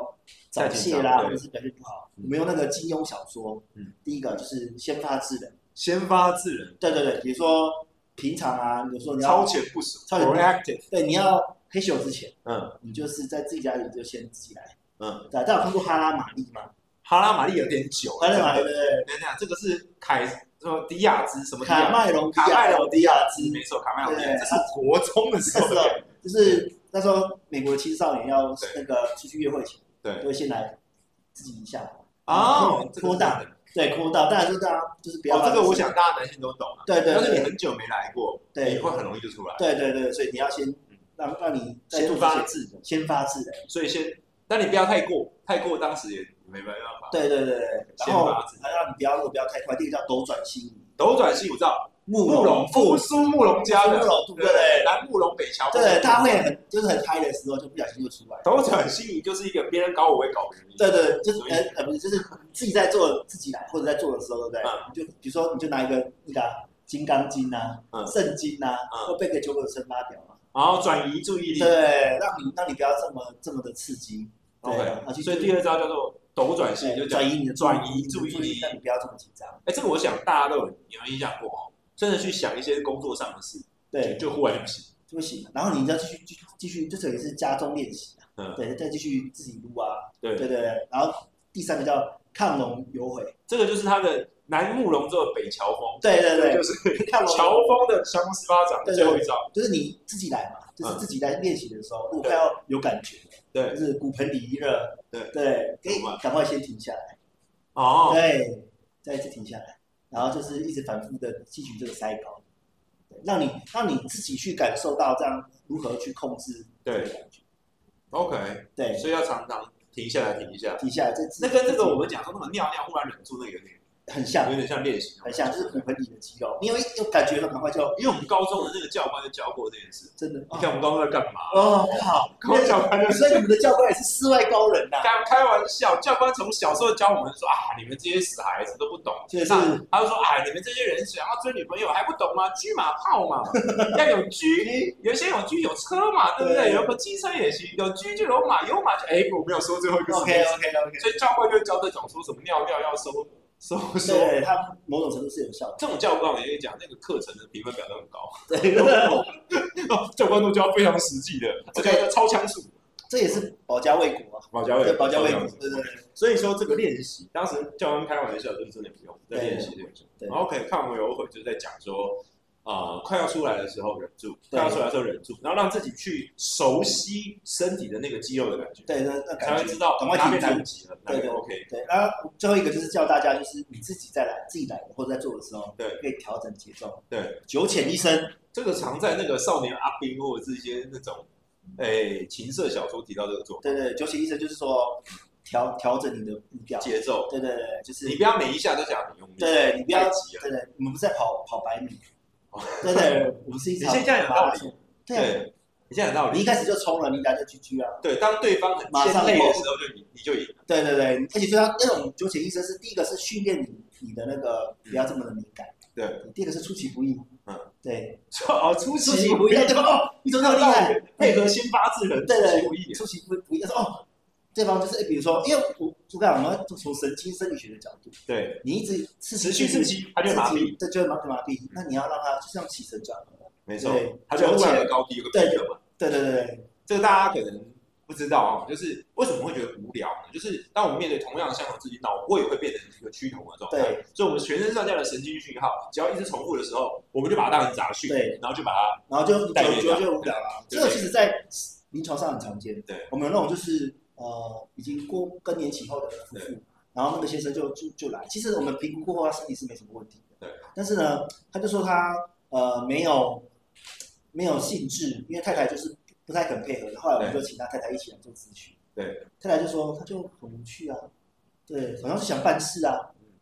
S2: 早
S1: 太紧张
S2: 泄啦，
S1: 对
S2: 或者是表现不好。
S1: 嗯
S2: 我们用那个金庸小说
S1: 嗯，
S2: 第一个就是先发制人，
S1: 先发制人，
S2: 对对对，比如说平常啊，有时候你
S1: 超
S2: 要
S1: 前部署
S2: 超前部署
S1: ，proactive，
S2: 对你要黑手之前，
S1: 嗯
S2: 你就是在自己家里就先自己来。
S1: 嗯，
S2: 对，大家有看过哈拉玛丽吗？
S1: 哈拉玛丽有点久，
S2: 哈拉玛丽对对对。
S1: 等一下，这个是凯什么迪亚兹什么迪亚
S2: 卡麦隆迪亚
S1: 卡麦隆迪亚兹，
S2: 兹
S1: 没错，卡麦隆迪亚
S2: 对
S1: 兹，这是国中的 时候的
S2: 那时候
S1: 电影，
S2: 就是那时候美国的青少年要
S1: 对
S2: 那个出去约会前，
S1: 对
S2: 都会先来自己一下，
S1: 哦，
S2: 扩大，
S1: 哦，
S2: 对，扩大，当然就大家就是不要让
S1: 这个我
S2: 自己，
S1: 想大家男性都懂啊，
S2: 对对
S1: 要是你
S2: 对
S1: 很久没来过，
S2: 对
S1: 你会很容易就出来，
S2: 对对对，所以你要先让让你在做
S1: 嗯先
S2: 之
S1: 发
S2: 前
S1: 制人，
S2: 先发制人，
S1: 所以先，但你不要太过，太过当时也没没办法，
S2: 对对对对，
S1: 先
S2: 然后
S1: 发制人
S2: 还让你不要不要太快，第一个叫斗转星移，
S1: 斗转星移，我知道，
S2: 慕
S1: 慕容复
S2: 复
S1: 苏慕容家的
S2: 慕，容复
S1: 对
S2: 对对
S1: 南慕容北乔，
S2: 对，他会很就是很嗨的时候就不小心就出来，
S1: 斗转星移就是一个别人搞我会搞你，
S2: 对对，就是
S1: 所以
S2: 呃呃不是，就是自己在做自己来，或者在做的时候，对不
S1: 嗯
S2: 对？你就比如说，你就拿一个那个啊《金刚经》啊，
S1: 嗯
S2: 圣经》啊，
S1: 嗯
S2: 会被给九九乘八掉嘛？
S1: 然后转移注意力，
S2: 对，让你让你不要这么这么的刺激，对
S1: OK，
S2: 啊去
S1: 所以第二招叫做斗转星移，就
S2: 对
S1: 讲
S2: 转移你的
S1: 转移注意
S2: 注意
S1: 力
S2: 力，。让你不要这么紧张。
S1: 哎，这个我想大家都有有印象过哦，真的去想一些工作上的事，
S2: 对，
S1: 就忽然就不行。
S2: 就行了。然后你再继续继续继续，这等于是加重练习啊。
S1: 嗯
S2: 对，再继续自己撸啊。
S1: 对
S2: 对对对。然后第三个叫亢龙有悔。
S1: 这个就是他的南慕容之后的北乔峰，
S2: 对对对，
S1: 就是
S2: 亢龙有
S1: 乔峰的降龙十八掌的最后一招。
S2: 就是你自己来嘛，就是
S1: 嗯
S2: 自己在练习的时候，如果
S1: 对
S2: 快要有感觉，
S1: 对
S2: 就是骨盆底热，
S1: 对
S2: 对，可
S1: 怎
S2: 以
S1: 么办
S2: 赶快先停下来，
S1: 哦，
S2: 对，再一次停下来，然后就是一直反复的汲取这个塞高，对，让你让你自己去感受到这样如何去控制这个
S1: 对
S2: 感觉，
S1: ，OK，
S2: 对，
S1: 所以要常常停下来，停一下。
S2: 停下来，这
S1: 那跟这个我们讲说那种尿尿忽然忍住那个有点
S2: 很像
S1: 有，点像练习，
S2: 很像，就是骨盆底的肌肉，你有一有感觉了，赶快就嗯
S1: 因为我们高中的那个教官就教过这件事。
S2: 真的
S1: 哎你看我
S2: 哦
S1: 们高中在干嘛？
S2: 哦好，
S1: 高中教官就
S2: 所以你们的教官也是世外高 人呐，
S1: 开开玩笑，教官从小时候教我们说啊，你们这些死孩子都不懂。
S2: 就是
S1: 那他就说啊，你们这些人想要追女朋友还不懂吗？车马炮 嘛，要有车，有些有车有车嘛，对不对？
S2: 对
S1: 有个机车也行，有车就有马，有马就哎，我没有说最后一个
S2: OK OK OK，
S1: 所以教官就教这种说什么尿尿要收收收。
S2: 对，它某种程度是有效的。
S1: 这种教官我跟你讲，那个课程的评分表都很高， 哦
S2: 对，
S1: 教官都教非常实际的，这叫超枪术。
S2: 这也是保家卫国啊，
S1: 保家
S2: 对，保家卫国，对对对
S1: 所以说这个练习，当时教官开玩笑就是真的不用在
S2: 对
S1: 练习这个时候
S2: 对
S1: OK，看我有会就是在讲说，呃，快要出来的时候忍住，
S2: 对
S1: 快要出来的时候忍住，然后让自己去熟悉身体的那个肌肉的感觉，
S2: 对，那那
S1: 才
S2: 感
S1: 会
S2: 觉
S1: 知道
S2: 赶快
S1: 哪
S2: 停
S1: 边来不
S2: 住。
S1: 及了，哪
S2: 对
S1: 边
S2: 对
S1: OK。
S2: 对，然后最后一个就是叫大家，就是你自己再来，自己来或者在做的时候，
S1: 对
S2: 可以调整节奏。
S1: 对，
S2: 九浅一深，
S1: 这个常在那个少年阿兵或者是一些那种，哎，情色小说提到这个做法
S2: 对对，九浅一深就是说调调整你的步调，
S1: 节奏，
S2: 对对对，就是
S1: 你不要每一下都想很用力，
S2: 对你不要
S1: 太急了。
S2: 对对，我们不是在跑跑百米
S1: 哦，
S2: 对对，我们是一
S1: 你
S2: 场
S1: 现在有
S2: 马
S1: 道
S2: 拉
S1: 理
S2: 松，，对，
S1: 对，你现在有道理
S2: 你一。开始就冲了，你打就 GG 啊，
S1: 对，当对方很
S2: 马
S1: 先
S2: 上
S1: 累的
S2: 过
S1: 时候，就你你就赢了。
S2: 对对对，而且就像那种九浅一深是第一个是训练你你的那个不要这么的敏感，
S1: 对，
S2: 第二个是出其不意，
S1: 嗯，
S2: 对，
S1: 哦，出
S2: 出其不意，对方哦，你怎么那么厉害？
S1: 配合先发制人，
S2: 对
S1: 出
S2: 对
S1: 其不意。
S2: 出其不不意，他说哦，对方就是诶比如说，因为我我讲我们要从神经生理学的角度，
S1: 对，
S2: 你一直刺
S1: 持
S2: 激
S1: 续刺激，他就麻痹，，
S2: 对，就会麻痹麻痹。那你要让他就像起承转合，
S1: 没错
S2: 对，
S1: 他就忽然有高低会变嘛。
S2: 对对对对
S1: 这个大家可能不知道哦，就是为什么会觉得无聊呢？就是当我们面对同样的相同刺激，脑波也会变成一个趋同的状态。
S2: 对
S1: 所以，我们全身上下的神经讯号，只要一直重复的时候，我们就把它当成杂讯，
S2: 对，
S1: 然后就把它
S2: 然后就
S1: 代
S2: 久
S1: 谢
S2: 久
S1: 掉
S2: 就无聊了。
S1: 对
S2: 这个其实在临床上很常见，
S1: 对，
S2: 我们有那种就是呃已经过更年期后的夫
S1: 对
S2: 妇，然后那个先生就就就来，其实我们评估过后，他身体是没什么问题的，
S1: 对，
S2: 但是呢，他就说他呃没有没有兴致，因为太太就是不太肯配合，后来我们就请他太太一起来做咨询，
S1: 对，
S2: 泰来就说他就很无趣啊，对，好像是想办事啊，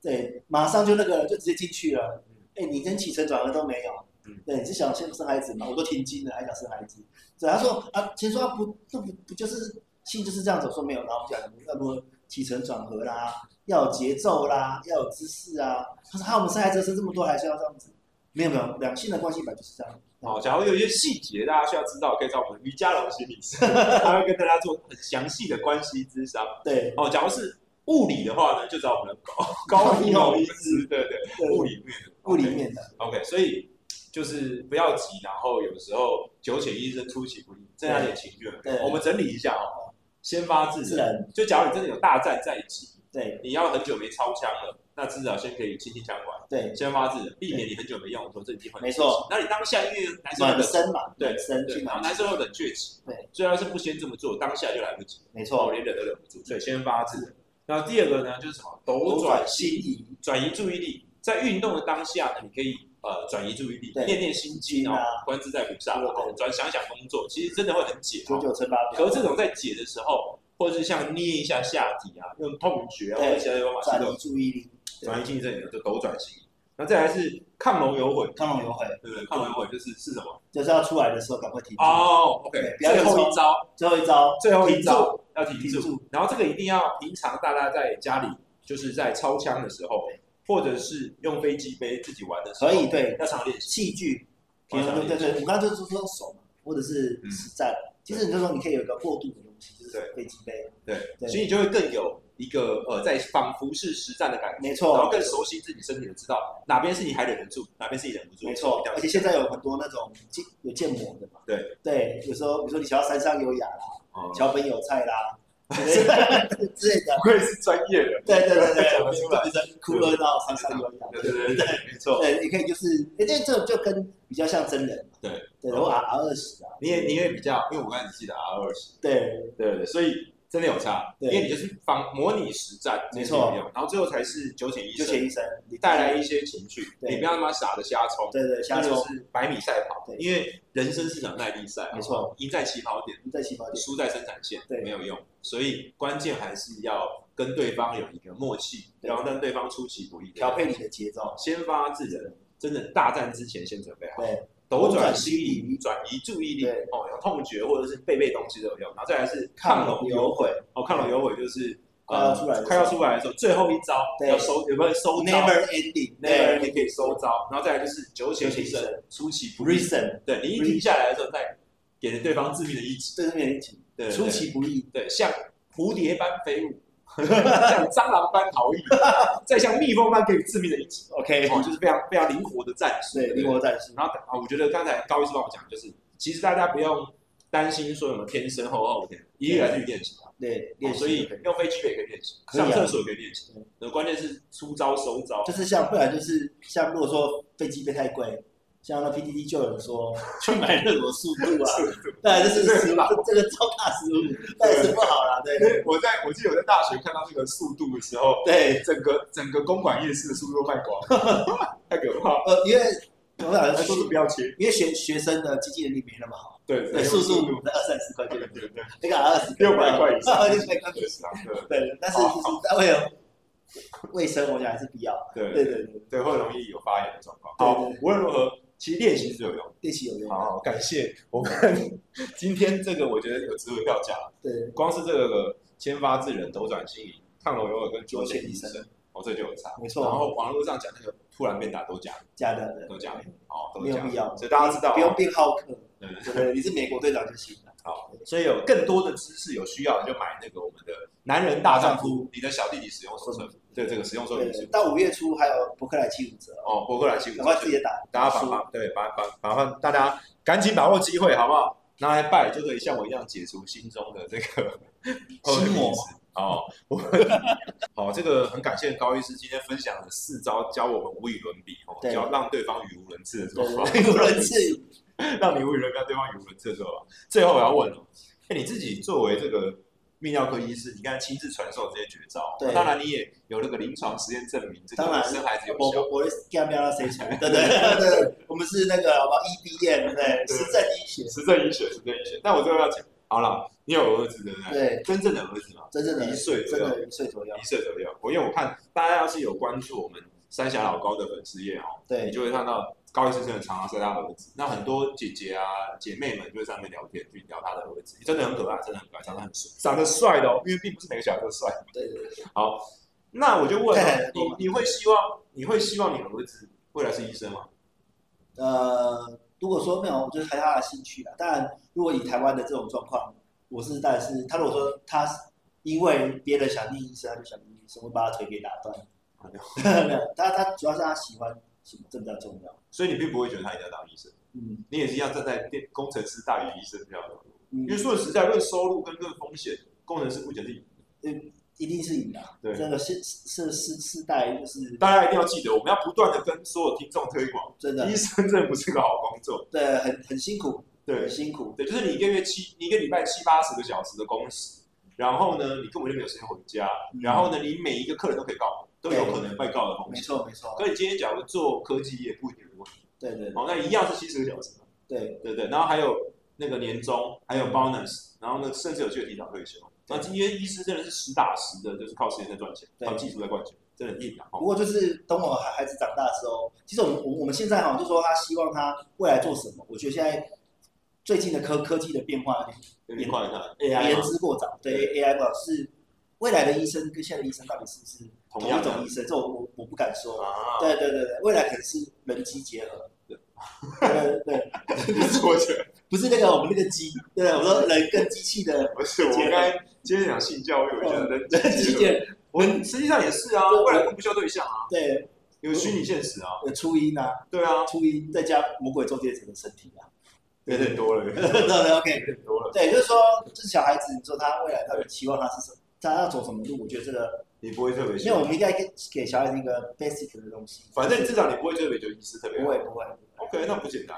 S2: 对，马上就那个就直接进去了
S1: 嗯，
S2: 哎，你连起承转合都没有
S1: 嗯，
S2: 对，你是想先生孩子嘛？我都停经了，还想生孩子？对，他说啊，先说啊不，这不不就是性就是这样子？我说没有，然后我们讲要不起承转合啦，要有节奏啦，要有姿势啊。他说啊，我们生孩子生这么多，还是要这样子？没有没有，两性的关系本来就是这样。
S1: 哦，假如有一些细节大家需要知道，可以找我们瑜伽老师理 师，他会跟大家做很详细的关系咨商。
S2: 对
S1: 哦，假如是物理的话呢，就找我们的 高高一老师，对对，
S2: 对，
S1: 物理面的
S2: 物理面的，
S1: OK，所以就是不要急，然后有时候九浅一深，出其不意，增加点情绪。
S2: 对
S1: 我们整理一下哦，先发制
S2: 自
S1: 人。
S2: 然
S1: 就假如你真的有大战在即，
S2: 对
S1: 你要很久没操枪了，那至少先可以轻轻枪管，
S2: 对，
S1: 先发制人，避免你很久没用的时候这已经很
S2: 没错。
S1: 那你当下因为男生
S2: 暖
S1: 的
S2: 身嘛，
S1: 对
S2: 暖身
S1: 对，
S2: 去
S1: 然后
S2: 暖
S1: 男
S2: 身，
S1: 生有冷却期，
S2: 对，
S1: 所以要是不先这么做，当下就来不及，
S2: 没
S1: 哦，
S2: 错，
S1: 连忍都忍不住，所以先发制人。然后第二个呢，就是什么斗转星移，
S2: 移，
S1: 转移注意力，在运动的当下呢，你可以呃转移注意力，
S2: 对
S1: 练练心经哦
S2: 心啊，
S1: 观自在菩萨
S2: 对对
S1: 哦，转想想工作，其实真的会很解
S2: 九
S1: 哦。
S2: 九乘法
S1: 可
S2: 表，
S1: 是这种在解的时候，或者是像捏一下下体啊，用痛觉啊，
S2: 对
S1: 或者其他的方法，
S2: 转
S1: 这
S2: 移
S1: 种
S2: 注意力，对
S1: 转移精神，就斗转星移。那再来是亢龙有悔，
S2: 亢龙有悔，
S1: 对不对？亢龙有悔就是是什么？
S2: 就是要出来的时候赶快停住。
S1: 哦，OK，
S2: 对不要
S1: 最后一
S2: 用
S1: 招，
S2: 最后一招，
S1: 最后一
S2: 停
S1: 招要停
S2: 停
S1: 住，
S2: 住
S1: 然后这个一定要平常大家在家里，就是在操枪的时候，或者是用飞机杯自己玩的时候，
S2: 可以对
S1: 要常练习。
S2: 器具，
S1: 哦
S2: 平
S1: 想
S2: 衡对对，我刚刚就是说用手嘛，或者是
S1: 嗯
S2: 实战，其实你就说你可以有一个过渡的东西，就是飞机杯，
S1: 对，
S2: 对
S1: 所以你就会更有一个呃，在仿佛是实战的感觉，
S2: 没
S1: 然后
S2: 错，
S1: 更熟悉自己身体的，知道哪边是你还忍得住，哪边是你忍不住。
S2: 没错
S1: 一定，要
S2: 而且现在有很多那种建有建模的嘛，
S1: 对
S2: 对，有时候比如说你想要山上优雅啦，
S1: 哦
S2: 桥本有菜 啦，之类的之类的，
S1: 不愧是专业的，
S2: 对对对对，
S1: 讲得出来
S2: 对，哭了到山上优雅，
S1: 对对对对，没错。
S2: 对，你可以就是，哎，这这就跟比较像真人嘛，
S1: 对
S2: 对，然后 R R 二十啊，
S1: 你也你也比较，因为我刚才只记得 R 二十，
S2: 对
S1: 对对，所以真的有差，因
S2: 对
S1: 为你就是仿模拟实战，
S2: 没错
S1: 这是有用然后最后才是九浅一
S2: 就
S1: 深
S2: 钱，医生，
S1: 你带来一些情绪，
S2: 对
S1: 你不要他妈傻的瞎冲，
S2: 对对瞎
S1: 那就
S2: 抽，
S1: 是百米赛跑，
S2: 对
S1: 因为人生是场耐力赛，
S2: 没错，
S1: 赢在起跑点，
S2: 你在起跑点，
S1: 输在生产线，
S2: 对
S1: 没有用，所以关键还是要跟对方有一个默契，
S2: 对
S1: 然后让对方出其不意，
S2: 调配你的节奏，
S1: 先发制人，真的大战之前先准备好，
S2: 对
S1: 斗
S2: 斗
S1: 转
S2: 转
S1: 星
S2: 星
S1: 移，
S2: 移
S1: 转移注意力，
S2: 对
S1: 哦，有痛觉或者是背背东西都有用，然后再来是
S2: 亢
S1: 亢
S2: 龙
S1: 龙
S2: 有
S1: 有
S2: 悔
S1: 悔，哦，亢龙有悔就是。呃
S2: 快
S1: 快要
S2: 要出来的时候
S1: 出来的时候，最后一招
S2: 对
S1: 要收，有没有收招？
S2: ，never ending，
S1: 那个
S2: 对
S1: 人你可以收招，然后再来就是九浅一
S2: 九浅一
S1: 深，出其不意。
S2: ，reason，
S1: 对你一停下来的时候，再给了对方致命的一击，
S2: 对这边一起，
S1: 对，对
S2: 出其不意，
S1: 对，像蝴蝶般飞舞， 像蟑螂般逃逸， 再像蜜蜂般给予致命的一击，
S2: ，OK，
S1: 哦，就是非常非常灵活的战术。
S2: 对，
S1: 不
S2: 灵活战术，
S1: 然后啊，我觉得刚才高医师帮我讲，就是其实大家不用担心说有没有天生后后天，一定来自于练习嘛。
S2: 对，
S1: 哦
S2: 练习
S1: 所以
S2: 就可以
S1: 用飞机也可以练习，
S2: 可以啊
S1: 上厕所也可以练习。那关键是出招收招。
S2: 就是像不然就是像如果说飞机杯太贵。像那 PDD 就有人说去 买那种速度啊，对，这是十五，这这个超大十五，但是不好啦，对
S1: 因为 我在我记得我在大学看到这个速度的时候，
S2: 对，
S1: 整个整个公馆夜市的速度都卖光，太可怕了。
S2: 呃，因为我想
S1: 速度不要切，
S2: 因为学学生的经济能力没那么好，
S1: 对
S2: 对，速度才二三十块
S1: 对
S2: 钱，
S1: 对对，
S2: 那个二十
S1: 六百块以上，
S2: 六百块，
S1: 以上，对
S2: 对，但是就是为了卫生，我想还是必要，
S1: 对
S2: 对
S1: 对
S2: 对对，
S1: 对，会容易有发炎的状况。
S2: 对
S1: 好
S2: 对对，
S1: 无论如何，其实练习是有用的。
S2: 练习有用，
S1: 好，感谢我 们今天这个，我觉得有值回票价。
S2: 对，
S1: 光是这个先发制人、斗转星移、抗龙有耳跟九浅一深，哦，这就有差。
S2: 没
S1: 然
S2: 错，
S1: 后网络上讲那个突然变打都假的，
S2: 假的，
S1: 都假的，哦，都
S2: 没有
S1: 假的
S2: 必要，
S1: 所以大家知道哦
S2: 不用变好客，
S1: 对
S2: 对对，你是美国队长就行了，
S1: 好，所以有更多的知识有需要，你就买那个我们的《男人大丈
S2: 大丈
S1: 夫》，你的小弟弟使用手册，对这个使用说
S2: 对
S1: 明书
S2: 对，。到五月初还有伯克莱七五折，
S1: 哦，博客来新
S2: 赶快自
S1: 闻，
S2: 己打，
S1: 大家
S2: 打
S1: 把
S2: 书
S1: 把对把把麻烦大家赶紧把握机会，好不好？拿来拜就可以像我一样解除心中的这 个
S2: 心魔。
S1: 哦，我好，这个很感谢高医师今天分享的四招，教我们无与伦比哦，
S2: 对
S1: 教让对方语无伦次的做
S2: 对
S1: 法，
S2: 对，有人是，
S1: 让你无与伦比，让对方语无伦次的做法。啊最后我要问了，哎，你自己作为这个泌尿科医师，你刚才亲自传授这些绝招，
S2: 对
S1: 当然你也有那个临床实验证明，这
S2: 当
S1: 个
S2: 然
S1: 生孩子有
S2: 我
S1: 效。
S2: 我我干不要谁出，对对对对，我们是那个好吧，EBM，E 对，实战医学，
S1: 实证医学，实证医学。那我最后要讲，好了，你有儿子对不对？
S2: 对，
S1: 真正的儿子嘛，
S2: 真正的
S1: 一岁左
S2: 真
S1: 右
S2: 的一岁左右
S1: 一，岁左右。我因为我看大家要是有关注我们三峡老高的粉丝页哦，你
S2: 对
S1: 就会看到高一先生常常晒他儿子。那很多姐姐啊姐妹们就会在上面聊天，去聊他的儿子，真的很可爱，真的很可爱，长得很帅，长得帅的哦，因为并不是每个小孩都帅。
S2: 对对对，
S1: 好，那我就问
S2: 太太
S1: 哦你，你会希望你会希望你儿子未来是医生吗？
S2: 呃，如果说没有，我就是还有他的兴趣啦。当然，如果以台湾的这种状况，我是当然是他如果说他是因为别人想念医生，他就想念医生，我把他腿给打断。 没有，他他主要是他喜欢什么，这比较重要。
S1: 所以你并不会觉得他一定要当医生，
S2: 嗯
S1: 你也是一样站在电工程师大于医生比较多。
S2: 嗯
S1: 因为，说实在，论收入跟论风险，工程师不仅是
S2: 一定是赢的啊。
S1: 对
S2: 这个世世世世代就是
S1: 大家一定要记得，我们要不断的跟所有听众推广，
S2: 真的
S1: 医生真的不是个好工作。
S2: 对很很辛苦，
S1: 对
S2: 很，辛苦。
S1: 对，就是你一个月七，你一个礼拜七八十个小时的工时，然后呢，你根本就没有时间回家，
S2: 嗯
S1: 然后呢，你每一个客人都可以告，都有可能被告的风
S2: 没
S1: 险。
S2: 错没错，
S1: 可你今天假如做科技业不一定有问题，
S2: 对对对
S1: 哦，那一样是七十个小时嘛，
S2: 对，
S1: 对不对？然后还有那个年终，还有 bonus，然后呢，甚至有些提早退休。那今天医师真的是实打实的，就是靠时间在赚钱，
S2: 对
S1: 靠技术在赚钱，真的很硬啊！
S2: 不
S1: 哦，
S2: 过就是等我孩孩子长大之后，其实我们我们我们现在哈，就说他希望他未来做什么，我觉得现在最近的科科技的变化
S1: 有点快了，
S2: 言
S1: AI 嘛
S2: 之过早，对 AI 吧是未来的医生跟现在的医生到底是不是
S1: 同
S2: 同
S1: 样
S2: 一
S1: 的
S2: 种医生？这我我我不敢说。
S1: 啊，
S2: 对对对对，未来可能是人机结合。
S1: 对
S2: 对对对，
S1: 是我觉得
S2: 不是那个我们那个机，对我说人跟机器的
S1: 不是，我应该今天讲性教育，我觉得人
S2: 人机
S1: 机结合
S2: 界，
S1: 我们实际上也是啊，
S2: 对
S1: 未来更不需要对象啊，
S2: 对
S1: 有虚拟现实啊，
S2: 有初音啊，
S1: 对啊，
S2: 初音再加魔鬼终结者的身体啊，
S1: 有点多了，有
S2: 对对对，OK，
S1: 点多了，
S2: 对，就是说，就是小孩子，你说他未来到底期望他是什么，他要走什么路？我觉得这个，
S1: 你不会特别
S2: 因为
S1: 想
S2: 我，们应该给给小孩子一个 basic 的东西。
S1: 反正至少你不会特别觉得医师特别
S2: 不
S1: 好
S2: 会不会，
S1: ，OK，那不简单。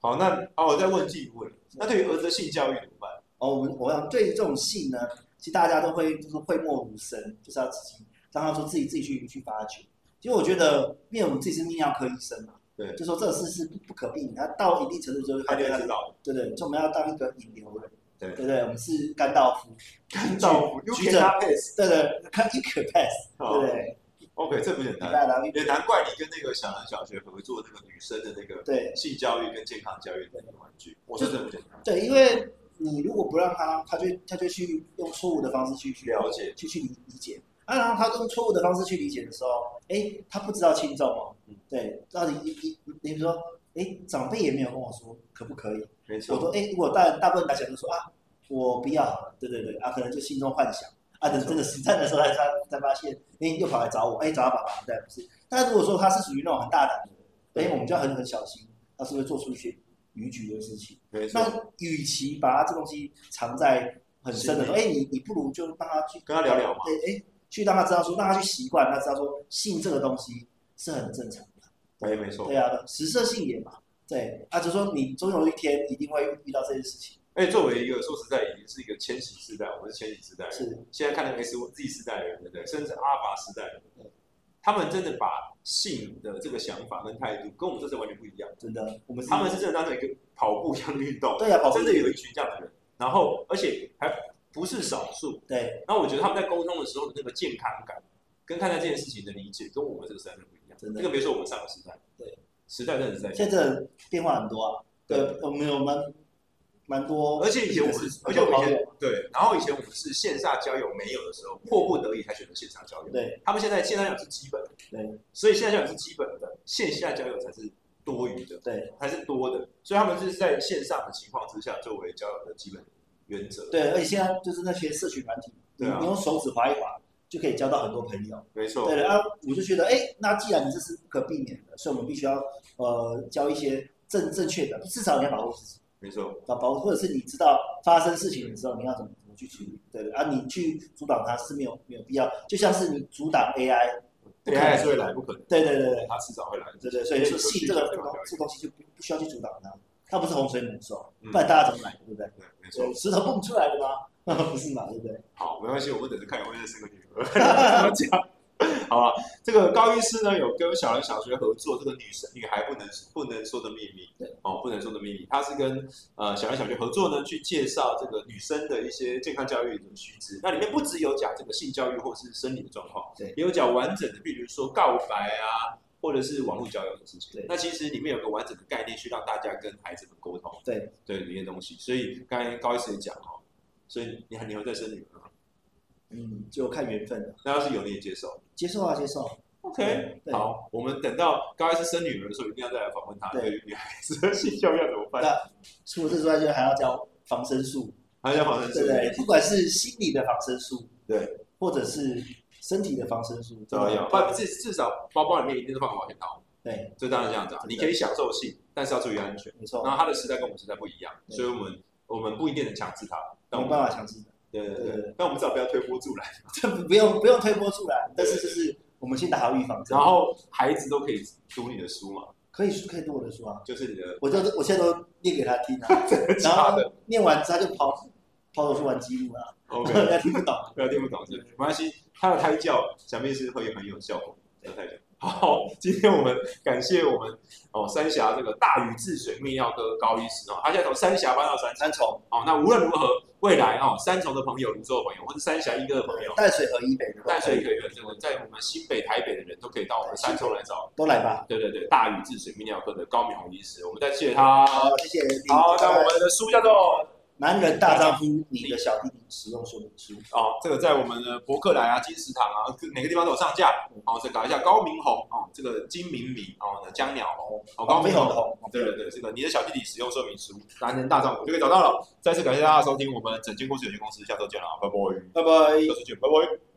S1: 好，那啊，我再问进一步问，那对于儿子的性教育怎么办？
S2: 哦，我们我想对这种性呢，其实大家都会就是讳莫如深，就是要自己让他说自己自己去去发掘。其实我觉得，因为我们自己是泌尿科医生嘛，
S1: 对
S2: 就说这个事是不不可避免，他到一定程度之后就
S1: 他
S2: 看
S1: 就
S2: 见他
S1: 知道，
S2: 对对，就我们要当一个引流人，
S1: 对
S2: 对不对？我们是甘道夫，
S1: 干到夫，You
S2: 举
S1: can
S2: 着
S1: not pass。
S2: 对对，看一可 pass，对不
S1: 哦
S2: 对？
S1: OK，这不简
S2: 你
S1: 单，
S2: 来来，
S1: 也难怪你跟那个小南小学合作那个女生的那个
S2: 对。
S1: 性教育跟健康教育的那个玩具，我说这不简单，
S2: 对，因为你如果不让他，他就他就去用错误的方式去去
S1: 了解，
S2: 去去理理解。啊，然后他用错误的方式去理解的时候，哎，他不知道轻重哦
S1: 嗯。
S2: 对，到底你你你比如说，哎，长辈也没有跟我说可不可以。
S1: 没
S2: 我
S1: 错，
S2: 说，哎，如果大大部分来讲就说啊，我不要好了。对对对，啊，可能就心中幻想。啊，等真的实战的时候，他才才发现，哎，又跑来找我，哎，找他爸爸，对，不是。但如果说他是属于那种很大胆的人，哎，我们就要很很小心，他是不是做出一些逾矩的事情。
S1: 没错，
S2: 那与其把它这东西藏在很深的时候，哎、你你不如就让他去
S1: 跟他聊聊嘛
S2: 对，哎、去让他知道说，让他去习惯，让他知道说性这个东西是很正常的，
S1: 对，哎没错
S2: 对。啊，食色性也嘛，对，啊，就说你总有一天一定会遇到这件事情，
S1: 而且哎作为一个说实在，已经是一个千禧世代，我们是千禧世代人，
S2: 是，
S1: 现在看那个 S Z 世代人，对不对？甚至阿尔法世代人
S2: 对，
S1: 他们真的把性的这个想法跟态度跟我们这次完全不一样。
S2: 真的，我们是
S1: 他们是真的当成一个跑步一样的运动，
S2: 嗯对啊，保护
S1: 真的有一群这样的人，然后而且还不是少数。
S2: 对，
S1: 那我觉得他们在沟通的时候的那个健康感，跟看待这件事情的理解，跟我们这个时代真的不一样。
S2: 真的
S1: 这个别说我们上个时代，
S2: 对，
S1: 时代真的是在变。
S2: 现在真的变化很多啊，
S1: 对
S2: 对，我们有蛮蛮多，
S1: 而且以前我们，而且我们以
S2: 朋
S1: 前
S2: 友，
S1: 对，然后以前我们是线下交友没有的时候，迫不得已才选择线上交友。
S2: 对
S1: 他们现在线上交友是基本的，
S2: 对
S1: 所以线下交友是基本的，线下交友才是多余的，
S2: 对
S1: 还是多的，所以他们是在线上的情况之下作为交友的基本原则。，
S2: 对，而且现在就是那些社群软体，
S1: 对啊
S2: 你用手指划一划就可以交到很多朋友。
S1: 没错
S2: 对，的啊，我就觉得，哎，那既然你这是不可避免的，所以我们必须要呃教一些正正确的，至少你要保护自己，
S1: 没错，
S2: 啊，保护或者是你知道发生事情的时候你要怎么怎么去处理，对的啊，你去阻挡它是没有没有必要，就像是你阻挡 AI，
S1: 对，还是会来，不可能，
S2: 对对对对
S1: 他迟早会来的。
S2: 对对，所以说性这个这个东这个东西就不不需要去阻挡它，它不是洪水猛兽，不然大家怎么来，对不对？
S1: 对，嗯没错
S2: 对，。石头蹦出来的 吗？不是嘛，对不对？
S1: 好，没关系，我们等着看有没有再生个女儿。怎么讲？好了，这个高医师呢有跟小人小学合作，这个女生女孩不能不能说的秘密，
S2: 对
S1: 哦，不能说的秘密，他是跟呃小人小学合作呢，去介绍这个女生的一些健康教育的须知。那里面不只有讲这个性教育或是生理的状况，
S2: 对
S1: 也有讲完整的，比如说告白啊，或者是网络交友的事情
S2: 对。
S1: 那其实里面有个完整的概念，去让大家跟孩子们沟通，
S2: 对
S1: 对里面的东西。所以刚才高医师也讲哦，所以你还你会再生女儿吗？
S2: 嗯，就看缘分了，
S1: 那要是有你也接受。
S2: 接受啊，接受。
S1: OK，
S2: 对
S1: 好，我们等到高医师生女儿的时候，一定要再来访问她
S2: 对
S1: 对于女孩子的性教育要怎么办
S2: 那，除了这之外，就还要教防身术，
S1: 还要防身
S2: 对不对？不管是心理的防身术，
S1: 对，
S2: 或者是身体的防身术，
S1: 都要要，不至至少包包里面一定是放个保险套，
S2: 对，
S1: 这当然这样子啊，你可以享受性，但是要注意安全。
S2: 没错
S1: 然，后他的时代跟我们时代不一样，
S2: 哦对
S1: 所以我们我们不一定能强制他，但我
S2: 没
S1: 们
S2: 办法强制的，
S1: 对对
S2: 对
S1: 对，但我们至少不要推波助澜，
S2: 这不不用不用推波助澜，但是就是我们先打好预防针，
S1: 然后孩子都可以读你的书嘛，
S2: 可以可以读我的书啊，
S1: 就是你的
S2: 我就我现在都念给他听 啊，然
S1: 假
S2: 后
S1: 的
S2: 念完之后他就跑跑走去玩积木啊，
S1: ，OK，
S2: 人家听不懂。
S1: 不要听不懂是没关系，他的胎教想必是会很有效果。他的胎教，好，今天我们感谢我们哦三峡这个大禹治水泌尿科高医师哦，他现在从三峡搬到三三重哦，那无论如何，未来哦三重的朋友、泸州的朋友，或是三峡一哥的朋友，
S2: 淡水和以北的，
S1: 淡水可以这个在我们新北、台北的人都可以到我们三重来找，
S2: 都来吧。
S1: 对对对，大禹治水泌尿科的高敏宏医师，我们再谢谢他。
S2: 好，谢谢你。
S1: 好，那我们的书叫做
S2: 男人大丈夫，你的小弟弟使用说明书。
S1: 哦，这个在我们的博客来啊、金石堂啊，各每个地方都有上架。哦，再搞一下高明宏哦，这个金明明哦，江鸟红哦，高明
S2: 红的
S1: 宏。
S2: 红，
S1: 对对对，这个你的小弟弟使用说明书，男人大丈夫就可以找到了。再次感谢大家的收听，我们整间故事有限公司下周见了，拜拜，
S2: 拜拜
S1: 下。周见，拜拜。